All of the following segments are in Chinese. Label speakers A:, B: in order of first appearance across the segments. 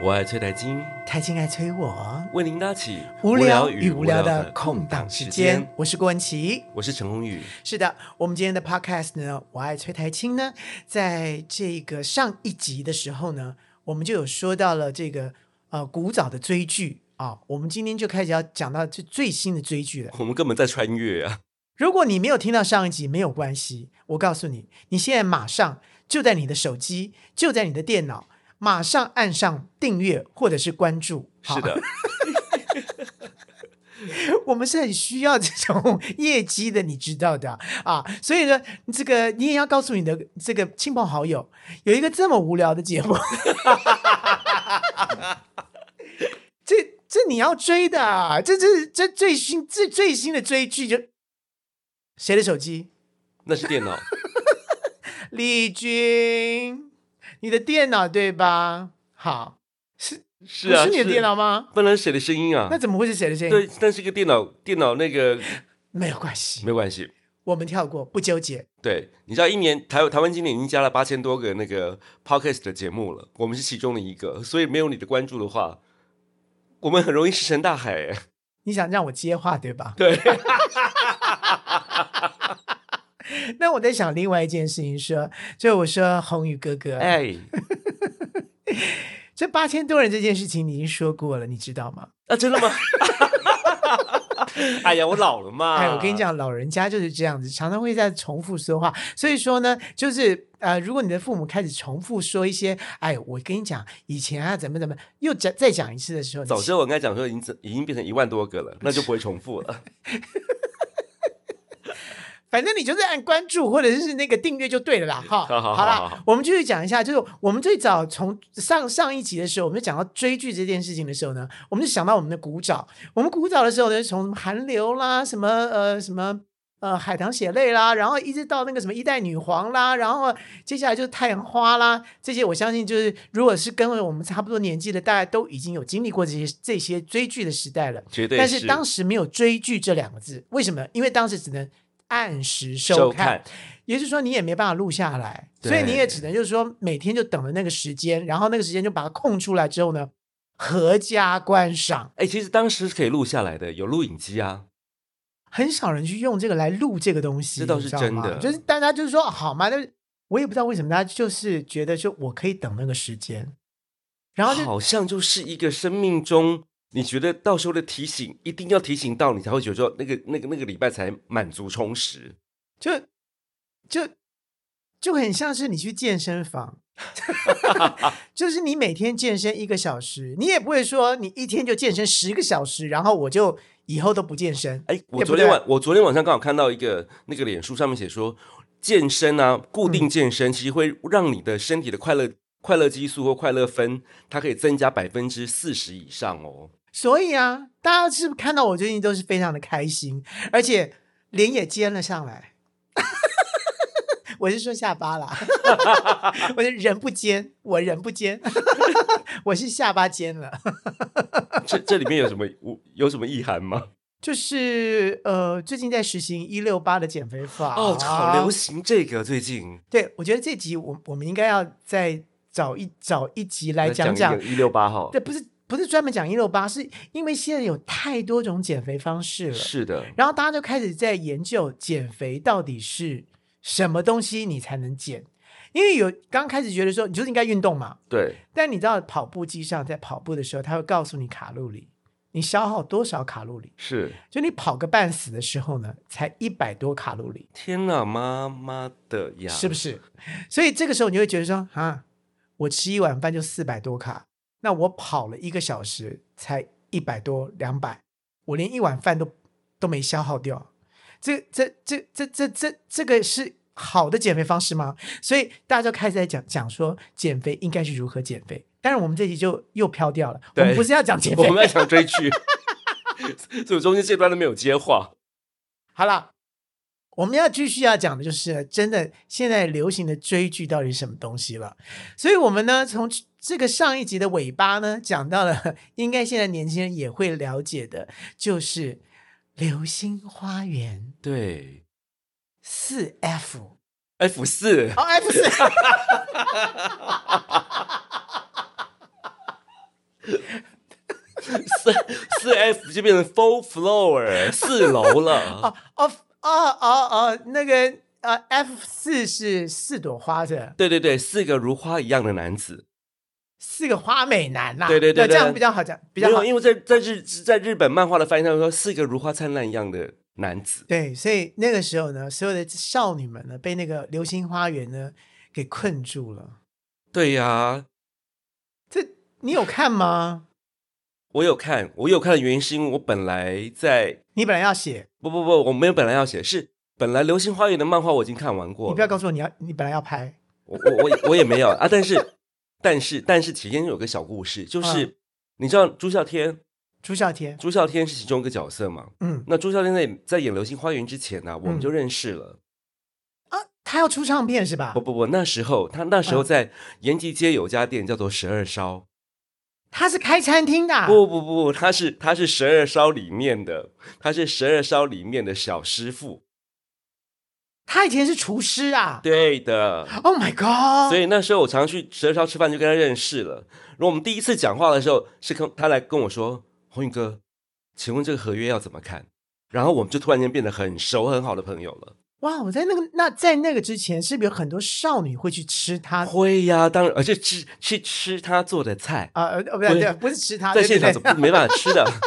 A: 我爱崔台金，
B: 台青爱催我，
A: 为您搭起
B: 无聊与无聊的空档时间，，我是郭文琪。
A: 我是陈宏宇。
B: 是的，我们今天的 podcast 呢，我爱崔台青呢，在这个上一集的时候呢，我们就有说到了这个呃古早的追剧啊、我们今天就开始要讲到这最新的追剧了。
A: 我们根本在穿越啊！
B: 如果你没有听到上一集，没有关系，我告诉你，你现在马上就在你的手机，就在你的电脑，马上按上订阅或者是关注。好
A: 是的，
B: 我们是很需要这种 业绩的，你知道的啊。所以呢，这个你也要告诉你的这个亲朋好友，有一个这么无聊的节目， 这这你要追的、啊，这这这最新最最新的追剧就谁的手机？
A: 那是电 脑，
B: 丽君，你的电脑对吧？好，
A: 是啊，
B: 不是你的电脑吗？
A: 不然谁的声音啊
B: 那？怎么会是谁的声音？
A: 对，但是个电脑，电脑那个
B: 没有关系，
A: 没关系。
B: 我们跳过，不纠结。
A: 对，你知道一年台台湾今年已经加了八千多个那个 podcast 的节目了，我们是其中的一个，所以没有你的关注的话，我们很容易石沉大海。哎
B: 你想让我接话对吧？
A: 对，
B: 那我在想另外一件事情说，就我说宏宇哥哥， 哎，
A: 哎，
B: 这八千多人这件事情你已经说过了，你知道吗？
A: 啊，真的吗？哎呀，我老了嘛！
B: 哎，我跟你，讲，老人家就是这样子，常常会在重复说话。所以说呢，就是呃，如果你的父母开始重复说一些，哎，我跟你讲，以前啊，怎么怎么，又讲再讲一次的时候，你
A: 早知道我应该讲说已经已经变成一万多个 了，那就不会重复了。
B: 反正你就是按关注或者是那个订阅就对了啦，哈。
A: 好好好好
B: 啦
A: 好，
B: 我们继续讲一下，就是我们最早从上上一集的时候，我们就讲到追剧这件事情的时候呢，我们就想到我们的古早，我们古早的时候呢，从韩流啦，什么呃什么。呃，海棠血泪啦，然后一直到那个什么一代女皇啦，然后接下来就是太阳花啦，这些我相信就是如果是跟我们差不多年纪的，大家都已经有经历过这些这些追剧的时代了。
A: 绝对
B: 但是当时没有“追剧”这两个字，为什么？因为当时只能按时收看，
A: 收看
B: 也就是说你也没办法录下来，所以
A: 对
B: 你也只能就是说每天就等着那个时间，然后那个时间就把它空出来之后呢，合家观赏。
A: 哎、其实当时是可以录下来的，有录影机啊。
B: 很少人去用这个来录这个东西，
A: 这倒
B: 你
A: 是
B: 知道
A: 真
B: 吗
A: 的
B: 就是大家就是说哦好嘛，但是我也不知道为什么大家就是觉得说我可以等那个时间，然后就
A: 好像就是一个生命中，你觉得到时候的提醒，一定要提醒到你，才会觉得说那个那个那个礼拜才满足充实。
B: 就就就很像是你去健身房，就是你每天健身一个小时，你也不会说你一天就健身十个小时，然后我就以后都不健身。
A: 哎，我
B: 也不
A: 昨天
B: 对
A: 晚我昨天晚上刚好看到一个那个脸书上面写说，健身啊，固
B: 嗯
A: 定健身其实会让你的身体的快乐快乐激素或快乐分，它可以增加百分之四十以上哦。
B: 所以啊，大家是不是看到我最近都是非常的开心，而且脸也尖了上来。 我是说下巴啦，我是人不尖，我人不尖， 我是下巴尖了。
A: 这这里面有什么我有什么意涵吗？
B: 就是呃，最近在实行一六八的减肥 法
A: 哦，好流行这个最近。
B: 对，我觉得这集我我们应该要再找一找一集来讲
A: 讲
B: 讲，
A: 一六八号
B: 对，，不是不是专门讲一六八，是因为现在有太多种减肥方式了，
A: 是的，
B: 然后大家就开始在研究减肥到底是什么东西你才能减，因为有刚开始觉得说你就是应该运动嘛，
A: 对，
B: 但你知道跑步机上在跑步的时候，它会告诉你卡路里，你消耗多少卡路里。
A: 是。
B: 就你跑个半死的时候呢，才一百多卡路里，
A: 天哪，妈妈的呀！
B: 是不
A: 是？
B: 是？所以这个时候你会觉得说啊，我吃一碗饭就四百多卡，那我跑了一个小时才一百多两百，我连一碗饭都都没消耗掉，这这这这这这这个是。好的减肥方式吗？所以大家就开始在讲讲说减肥应该是如何减肥。当然，我们这集就又飘掉了。我
A: 对
B: 们不是要讲减
A: 我
B: 肥，
A: 们要讲追剧， 所以我中间这段都没有接话。
B: 好了，我们要继续要讲的就是真的现在流行的追剧到底是什么东西了。所以，我们呢从这个上一集的尾巴呢讲到了， 应该现在年轻人也会了解的，就是《流星花园》
A: 对
B: 四 F
A: ，F 四
B: 哦哦，F 四。
A: 四 F 就变成 four floor 四楼了。
B: 哦哦哦哦哦，那个呃，F 四是四朵花的，
A: 对对对，四个如花一样的男子。
B: 四个花美男呐、
A: 对对对对
B: 这样比较好讲，比较
A: 没
B: 好
A: 有，。因为在在日在日本漫画的翻译上说，四个如花灿烂一样的男子。
B: 对，所以那个时候呢，所有的少女们呢，被那个流星花园呢给困住了。
A: 对呀、
B: 这你有看吗？
A: 我有看，我有看的原因是因为我本来在
B: 你本来要写，
A: 不不不，我没有本来要写，是本来《流星花园》的漫画我已经看完过了。
B: 你不要告诉我你要，你本来要拍，
A: 我我我也我也没有啊，但是但是但是，其间有个小故事，
B: 啊
A: 就是、你知道朱孝天，
B: 朱孝天，
A: 朱孝天是其中一个角色嘛？
B: 嗯
A: 那朱孝天在在演《流星花园》之前呢、啊我们就认识了。
B: 啊，他要出唱片是吧
A: 不？不不，那时候他那时候
B: 嗯
A: 在延吉街有家店叫做十二烧，
B: 他是开餐厅的啊、
A: 不不不，他是他是十二烧里面的，他是十二烧里面的小师傅，
B: 他以前是厨师啊。
A: 对的。
B: Oh my god！
A: 所以那时候我常常去十二烧吃饭，就跟他认识了。然后我们第一次讲话的时候，是跟他来跟我说：“红宇哥，请问这个合约要怎么看？”然后我们就突然间变得很熟、很好的朋友了。
B: 哇，我在那个那在那个之前，是不是有很多少女会去吃他？
A: 会呀、当然，而且吃去吃他做的菜，
B: 啊呃呃，不
A: 会
B: 对，不是吃他，
A: 在
B: 对
A: 现场
B: 对
A: 怎么没办法吃 的？
B: 对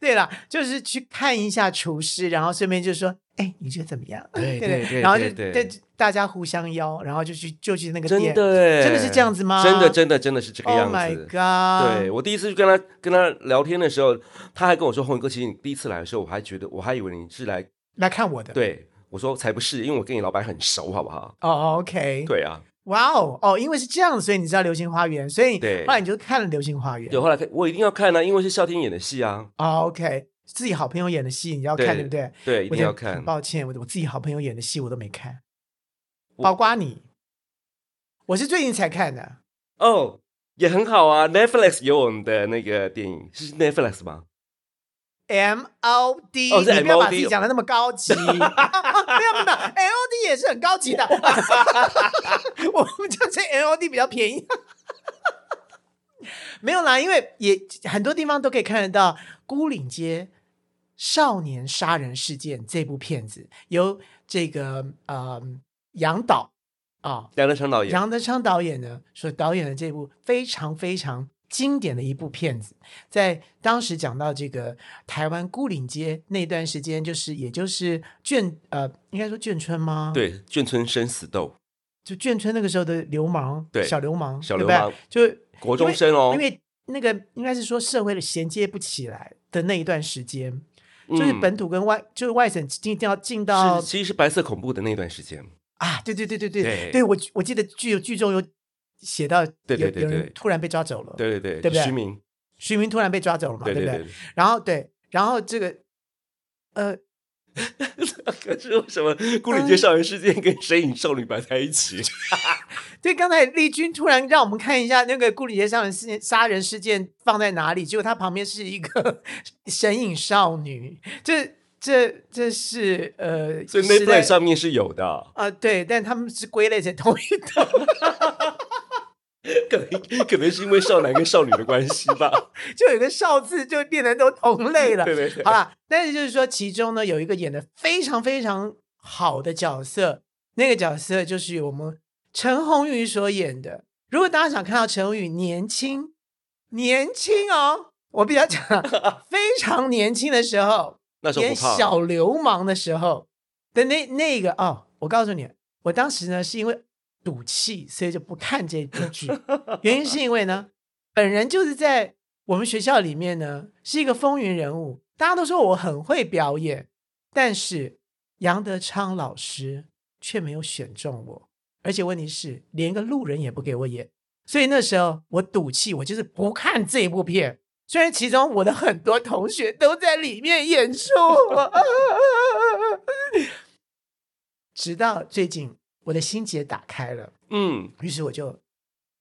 B: 对了，就是去看一下厨师，然后顺便就说，哎，你觉得怎么样？
A: 对对对
B: 然后就
A: 对
B: 对
A: 对
B: 大家互相邀，然后就去就去那个
A: 真
B: 店，
A: 的哎，
B: 真的是这样子吗
A: 真的真的真的是这个
B: Oh
A: 样
B: my
A: 子。
B: god！
A: 对，我第一次去跟他跟他聊天的时候，他还跟我说：“红宇哥，其实你第一次来的时候，我还觉得我还以为你是来
B: 来看我的，
A: 对我说才不是，因为我跟你老板很熟，好不好
B: 哦、o k？”
A: 对啊，
B: 哇哦，哦，因为是这样，所以你知道《流星花园》，所以
A: 对
B: 后来你就看了《流星花园
A: 对，》后来看我一定要看啊，因为是笑天演的戏啊，
B: 哦 OK，自己好朋友演的戏你要看，对不对？
A: 对，一
B: 我
A: 定
B: 就
A: 要
B: 很
A: 看。
B: 抱歉，我我自己好朋友演的戏我都没看，
A: 我
B: 包括你，我是最近才看的。
A: 哦，也很好啊，Netflix 有我们的那个电影，是 Netflix 吗？
B: M O D，、
A: 哦是
B: 你不要
A: MOD
B: 把自己讲的那么高级， 啊啊没有没有没有，L O D 也是很高级的， 我们就这 L O D 比较便宜， 没有啦，因为也很多地方都可以看得到《孤岭街少年杀人事件》这部片子，由这个呃杨导啊、
A: 梁德昌导演，
B: 杨德昌导演呢所导演的这部非常非常经典的一部片子，在当时讲到这个台湾孤岭街那段时间，就是也就是眷呃，应该说眷村吗？，
A: 对，眷村生死斗，
B: 就眷村那个时候的流氓，
A: 对
B: 小流氓，
A: 小流
B: 对不对
A: 氓，
B: 就
A: 国中生哦
B: 因为因为那个应该是说社会的衔接不起来的那一段时间，就是
A: 嗯
B: 本土跟外，就是外省进要进到
A: 是其实是白色恐怖的那段时间，
B: 啊，对对对对对，
A: 对
B: 我我记得剧剧中有写到有，
A: 对对对
B: 有人
A: 对
B: 突然被抓走了，
A: 对对
B: 对不对
A: 徐明，
B: 徐明突然被抓走了嘛，
A: 对
B: 不
A: 对。
B: 然后对，然后这个呃，
A: 可是为什么孤岭街少年事件跟《神隐少女》摆在一 起？
B: 对，刚才丽君突然让我们看一下那个顾里杰杀人事件杀人事件放在哪里，结果她旁边是一个 神隐少女，这这这是呃，
A: 所以
B: 时代
A: Netflix 上面是有的，
B: 啊、对，但他们是归类成同一套。
A: 可能可能是因为少男跟少女的关系 吧。
B: 就有一个少字，就变成都同类了。
A: 对对 对
B: 好啦，但是就是说，其中呢有一个演的非常非常好的角色，那个角色就是我们陈鸿宇所演的。如果大家想看到陈鸿宇年轻，年轻哦，我比较讲非常年轻的时候，
A: 那时候
B: 演
A: 不胖，
B: 小流氓的时候的那那个哦，我告诉你，我当时呢是因为赌气，所以就不看这部剧。原因是因为呢，本人就是在我们学校里面呢是一个风云人物，大家都说我很会表演，但是杨德昌老师却没有选中我，而且问题是连个路人也不给我演，所以那时候我赌气，我就是不看这部片。虽然其中我的很多同学都在里面演出 我，啊直到最近我的心结打开了。
A: 嗯，
B: 于是我就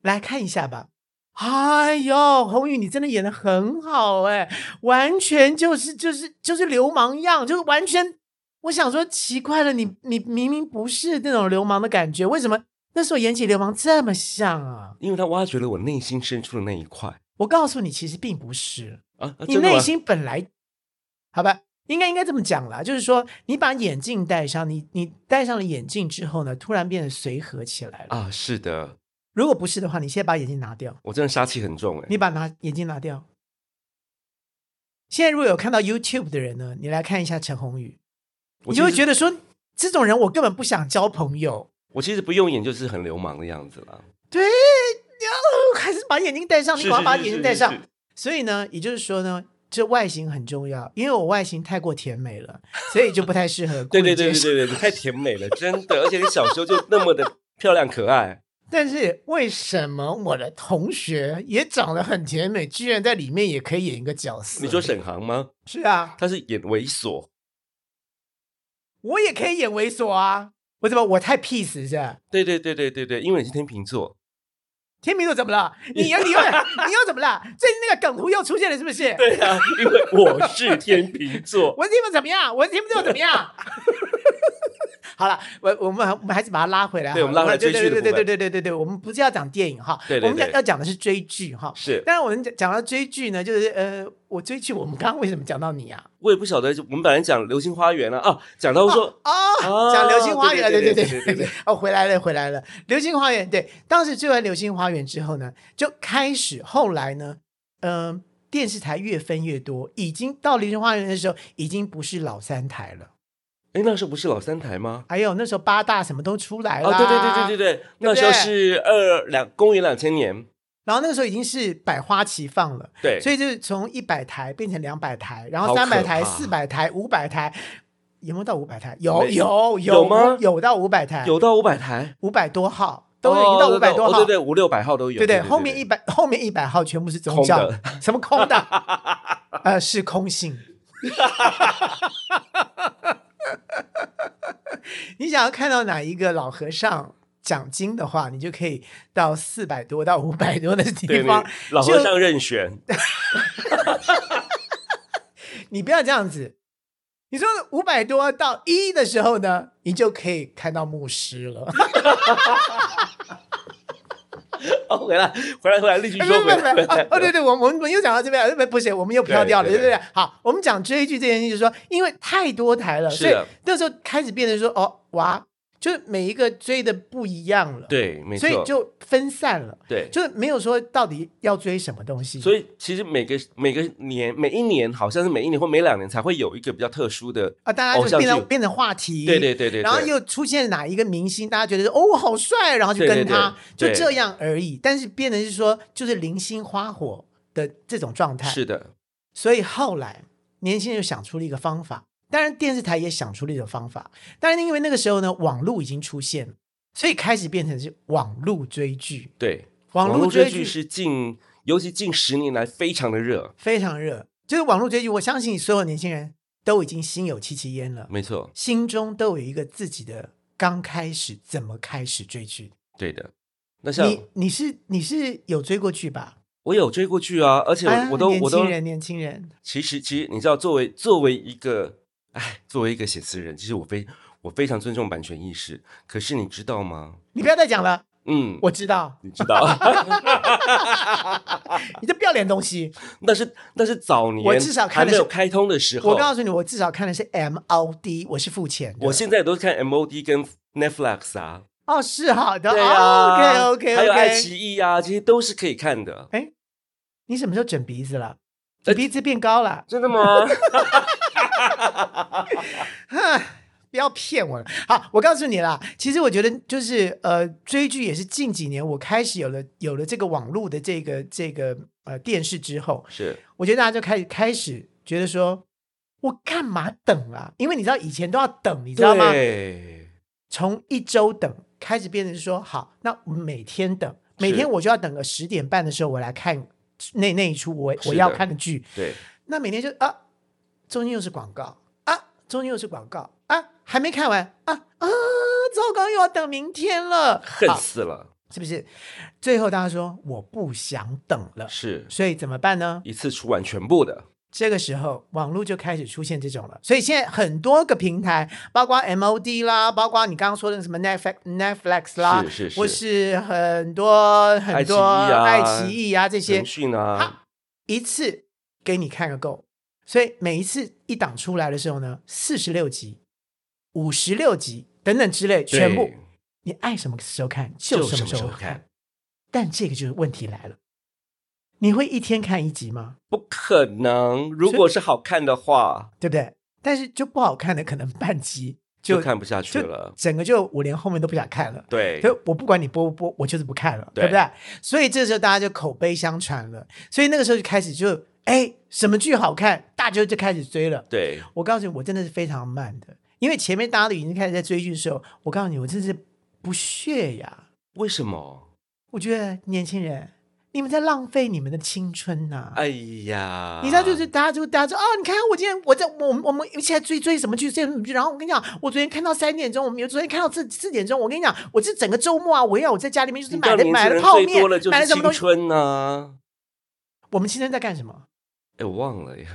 B: 来看一下吧。哎呦，宏宇，你真的演的很好哎、完全就是就是就是流氓样，就是完全。我想说，奇怪了，你你明明不是那种流氓的感觉，为什么那时候演起流氓这么像啊？
A: 因为他挖掘了我内心深处的那一块。
B: 我告诉你，其实并不是，
A: 啊，啊
B: 你
A: 真的
B: 内
A: 吗
B: 心本来，好吧，应该应该这么讲啦，就是说你把眼镜戴上，你你戴上了眼镜之后呢，突然变得随和起来了。
A: 啊，是的，
B: 如果不是的话，你现在把眼镜拿掉，
A: 我真的杀气很重哎、
B: 你把拿眼镜拿掉。现在如果有看到 YouTube 的人呢，你来看一下陈宏宇，
A: 我
B: 你
A: 其
B: 就会
A: 实
B: 觉得说，这种人我根本不想交朋友。
A: 我其实不用眼就是很流氓的样子啦。
B: 对，哦，还是把眼镜戴上，你
A: 是
B: 赶快
A: 是
B: 把
A: 是
B: 眼镜
A: 是
B: 戴
A: 是
B: 上。所以呢，也就是说呢，这外形很重要，因为我外形太过甜美了，所以就不太适合
A: 对
B: 顾
A: 对
B: 里
A: 对
B: 健
A: 对
B: 身。
A: 对对，你太甜美了，真的，而且你小时候就那么的漂亮可 爱。
B: 但是为什么我的同学也长得很甜美，居然在里面也可以演一个角色？
A: 你说沈航吗？
B: 是啊，
A: 他是演猥琐，
B: 我也可以演猥琐啊！我怎么我太 peace 是吧？
A: 对对对对对对，因为你是天秤座，
B: 天秤座怎么了？你又你又你又怎么了？最近那个梗图又出现了是不是？
A: 对啊，因为我是天秤座，
B: 我的天秤怎么样？我的天秤座怎么样？好了，我我们还我们还是把它拉回来好了。
A: 对我们拉回来
B: 对
A: 追剧的
B: 对对
A: 部
B: 对
A: 分
B: 对对对对，我们不是要讲电影哈，
A: 对对
B: 我们讲
A: 对
B: 要讲的是追剧 哈。
A: 是
B: 当然，我们讲讲到追剧呢，就是呃，我追剧，我们刚刚为什么讲到你啊？
A: 我也不晓得，我们本来讲《流星花园》啊，啊，讲到说
B: 哦，
A: 哦
B: 讲《流星花园》
A: 对
B: 对
A: 对对
B: 对
A: 对对对
B: 对，哦，回来了回来了，《流星花园》对，当时追完《流星花园》之后呢，就开始后来呢，嗯、电视台越分越多，已经到《流星花园》的时候，已经不是老三台了。
A: 哎，那时候不是老三台吗？
B: 还有那时候八大什么都出来了，
A: 哦，对对对对
B: 对。
A: 对对，那时候是二两公元两千年，
B: 然后那个时候已经是百花齐放了，
A: 对，
B: 所以就是从一百台变成两百台，然后
A: 好可
B: 三百台、
A: 怕
B: 四百台、五百台，有没有到五百台？有
A: 没
B: 有
A: 有吗
B: 有到五百台，
A: 有到五百台，
B: 五百多号，都已经到五百多
A: 哦
B: 号，
A: 对对，五六百号都有，
B: 对对，后面一百后面一百号全部是宗
A: 空
B: 教
A: 的，
B: 什么空的，呃，是空性。 你想要看到哪一个老和尚讲经的话，你就可以到四百多到五百多的地
A: 对
B: 方
A: 对。老
B: 就
A: 和尚任 选，
B: 你不要这样子。你说五百多到一的时候呢，你就可以看到牧师了。
A: 哦，回来回来回来，立 即
B: 哎，
A: 说
B: 不
A: 回
B: 不
A: 来回
B: 不，
A: 来
B: 哦，哦对对，我们我们又讲到这边，哎不不行，我们又飘掉了，对
A: 对
B: 不
A: 对对
B: 对？好，我们讲追剧这件事情，就是说，因为太多台了，
A: 是啊
B: 所以
A: 的
B: 那时候开始变成说，哦，哇，就是每一个追的不一样了，，
A: 对，没
B: 所以
A: 错，
B: 就分散了，
A: 对。
B: 就是没有说到底要追什么东西，
A: 所
B: 以
A: 以其实每个每个年每一年，好像是每一年或每两年才会有一个比较特殊的
B: 啊，大家
A: 偶
B: 就
A: 像
B: 变
A: 剧
B: 成，变成话题，
A: 对对对对，
B: 然后
A: 对
B: 又出现哪一个明星，大家觉得哦好帅，然后就
A: 对对
B: 跟他，
A: 对对
B: 就这样而已。但是变成是说，就是零星花火的这种状态。
A: 是的，
B: 所以后来年轻人就想出了一个方法，当然电视台也想出了一个方法，当然因为那个时候呢，网络已经出现了，所以开始变成是网络追剧，
A: 对。
B: 网
A: 络
B: 络
A: 追
B: 追
A: 剧
B: 剧
A: 是近，尤其近十年来非常的热，
B: 非常热，就是网络追剧，我相信所有年轻人都已经心有戚戚焉了，
A: 没错，
B: 心中都有一个自己的刚开始怎么开始追剧。
A: 对的。那像
B: 你你是你是有追过剧吧？
A: 我有追过剧啊，而且
B: 啊
A: 我我都
B: 年
A: 我都
B: 轻人，年轻人，
A: 其实其实你知道，作为作为一个，哎，作为一个写词人，其实我非我非常尊重版权意识。可是你知道吗？
B: 你不要再讲了，
A: 嗯，
B: 我知道
A: 你知道，
B: 你这不要脸东西。
A: 那是那是早年
B: 我至少看
A: 还
B: 的
A: 没
B: 是
A: 有开通的时候，
B: 我告诉你，我至少看的是 M O D，我是付钱的。
A: 我现在都看 MOD 跟 Netflix 啊，
B: 哦是好的，
A: 对
B: 哦
A: 啊、
B: OK OK
A: 还有爱
B: OK。
A: 奇艺啊，这些都是可以看的。
B: 你什么时候整鼻子了？
A: 呃
B: 整鼻子变高了，
A: 真的吗？
B: 不要骗我了。好，我告诉你啦，其实我觉得就是呃，追剧也是近几年我开始有了有了这个网络的这个这个呃电视之后，
A: 是
B: 我觉得大家就开始开始觉得说，我干嘛等啊？因为你知道以前都要等，你知道吗？
A: 对，
B: 从一周等开始变成说，好，那我们每天等，每天我就要等个十点半的时候，我来看那那一出我
A: 是的
B: 我要看的剧。
A: 对，
B: 那每天就啊，中间又是广告啊，中间又是广告啊，还没看完啊啊，糟糕，又要等明天了，
A: 恨
B: 好
A: 死了，
B: 是不是？最后大家说我不想等了，
A: 是
B: 所以怎么办呢？
A: 一次出完全部的，
B: 这个时候，网络就开始出现这种了，所以现在很多个平台，包括 MOD 啦，包括你刚刚说的什么 Netflix、Netflix 啦，
A: 是是是
B: 或是很多很多
A: 爱奇艺啊
B: 爱奇艺啊这些
A: 腾，讯啊，
B: 它一次给你看个够。所以每一次一档出来的时候呢，四十六集、五十六集等等之类，全部
A: 对
B: 你爱什么时候看就
A: 就
B: 什
A: 什
B: 么
A: 么
B: 时
A: 时
B: 候
A: 候
B: 看
A: 看。
B: 但这个就是问题来了，你会一天看一集吗？
A: 不可能。如果是好看的话，
B: 对不对？但是就不好看的，可能半集
A: 就
B: 就
A: 看不下去
B: 就
A: 了。
B: 整个就我连后面都不想看了。
A: 对
B: 所，以我不管你播不播，我就是不看了，对
A: 对
B: 不对？所以这时候大家就口碑相传了，所以那个时候就开始就哎什么剧好看，大家就开始追了。
A: 对，
B: 我告诉你，我真的是非常慢的，因为前面大家都已经开始在追剧的时候，我告诉你，我真是不屑呀！
A: 为什么？
B: 我觉得年轻人，你们在浪费你们的青春呐、
A: 哎呀，
B: 你知道，就是大家就大家说啊，你看我今天我在我们我们一起来追追什么剧，追什么剧。然后我跟你讲，我昨天看到三点钟，我们有昨天看到四四点钟。我跟你讲，我这整个周末啊，我要我在家里面就是
A: 你
B: 买
A: 到
B: 了
A: 年
B: 买
A: 轻
B: 了
A: 人
B: 泡
A: 最
B: 面
A: 多的，就
B: 买了
A: 是
B: 什么
A: 青
B: 东西。
A: 春呢、
B: 我们青春在干什么？
A: 哎，我忘了呀，